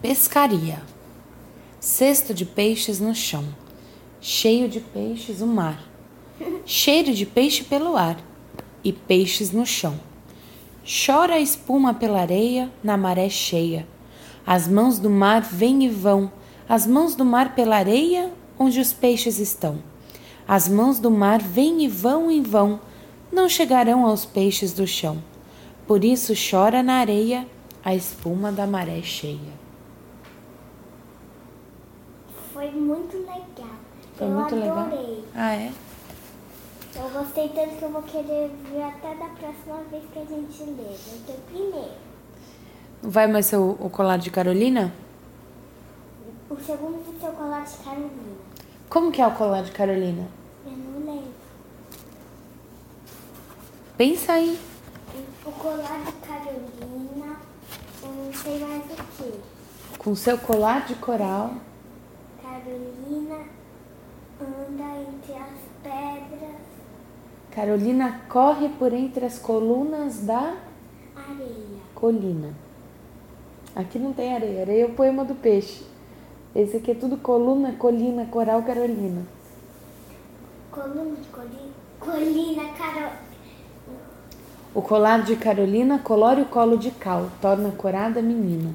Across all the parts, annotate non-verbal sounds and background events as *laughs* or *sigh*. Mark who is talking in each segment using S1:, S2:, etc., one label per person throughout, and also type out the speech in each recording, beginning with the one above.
S1: pescaria. Cesto de peixes no chão. Cheio de peixes o mar. Cheiro de peixe pelo ar. E peixes no chão. Chora a espuma pela areia na maré cheia. As mãos do mar vêm e vão. As mãos do mar pela areia onde os peixes estão. As mãos do mar vêm e vão e vão. Não chegarão aos peixes do chão. Por isso chora na areia a espuma da maré cheia.
S2: Foi muito legal.
S1: Foi
S2: eu
S1: muito legal.
S2: adorei.
S1: Ah, é?
S2: Eu gostei tanto que eu vou querer ver até da próxima vez que a gente lê. Eu tô primeiro.
S1: Vai mais ser o, o colar de Carolina?
S2: O segundo do seu colar de Carolina.
S1: Como que é o colar de Carolina?
S2: Eu não lembro.
S1: Pensa aí.
S2: O colar de Carolina, eu não sei mais o que.
S1: Com seu colar de coral,
S2: Carolina anda entre as pedras,
S1: Carolina corre por entre as colunas da
S2: areia.
S1: colina. Aqui não tem areia, areia é o poema do peixe. Esse aqui é tudo coluna, colina, coral, Carolina.
S2: Coluna, colina, colina, Carol.
S1: O colar de Carolina colore o colo de Cal, torna corada a menina.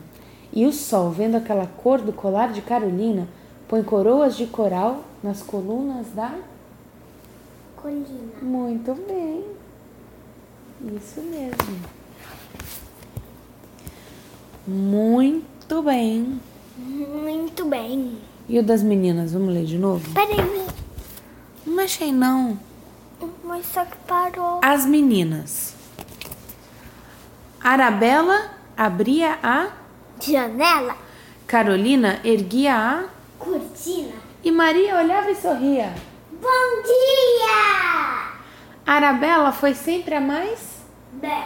S1: E o sol, vendo aquela cor do colar de Carolina, põe coroas de coral nas colunas da.
S2: Colina.
S1: Muito bem! Isso mesmo. Muito bem.
S2: Muito bem.
S1: E o das meninas, vamos ler de novo?
S2: Peraí,
S1: Não mexei não.
S2: mas só que parou.
S1: As meninas. Arabella abria a,
S2: Janela,
S1: Carolina erguia a
S2: cortina.
S1: E Maria olhava e sorria.
S2: Bom dia!
S1: Arabella foi sempre a mais.
S2: Bem,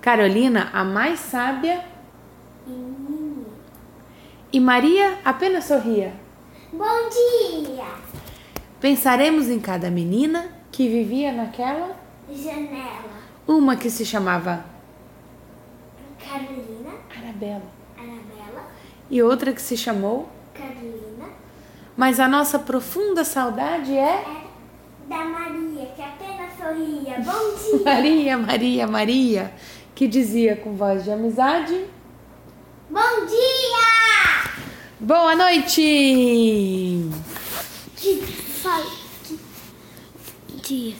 S1: Carolina, a mais sábia. E Maria apenas sorria.
S2: bom dia!
S1: Pensaremos em cada menina que vivia naquela.
S2: Janela,
S1: Uma que se chamava
S2: Carolina,
S1: Arabella.
S2: Anabela,
S1: E outra que se chamou.
S2: Carolina,
S1: Mas a nossa profunda saudade *laughs* é.
S2: é da Maria, que apenas sorria. Bom dia!
S1: Maria, Maria, Maria. Que dizia com voz de amizade.
S2: bom dia!
S1: Boa noite!
S2: Que fala. Que dia.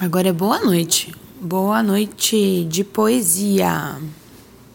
S1: Agora é boa noite. Boa noite de poesia.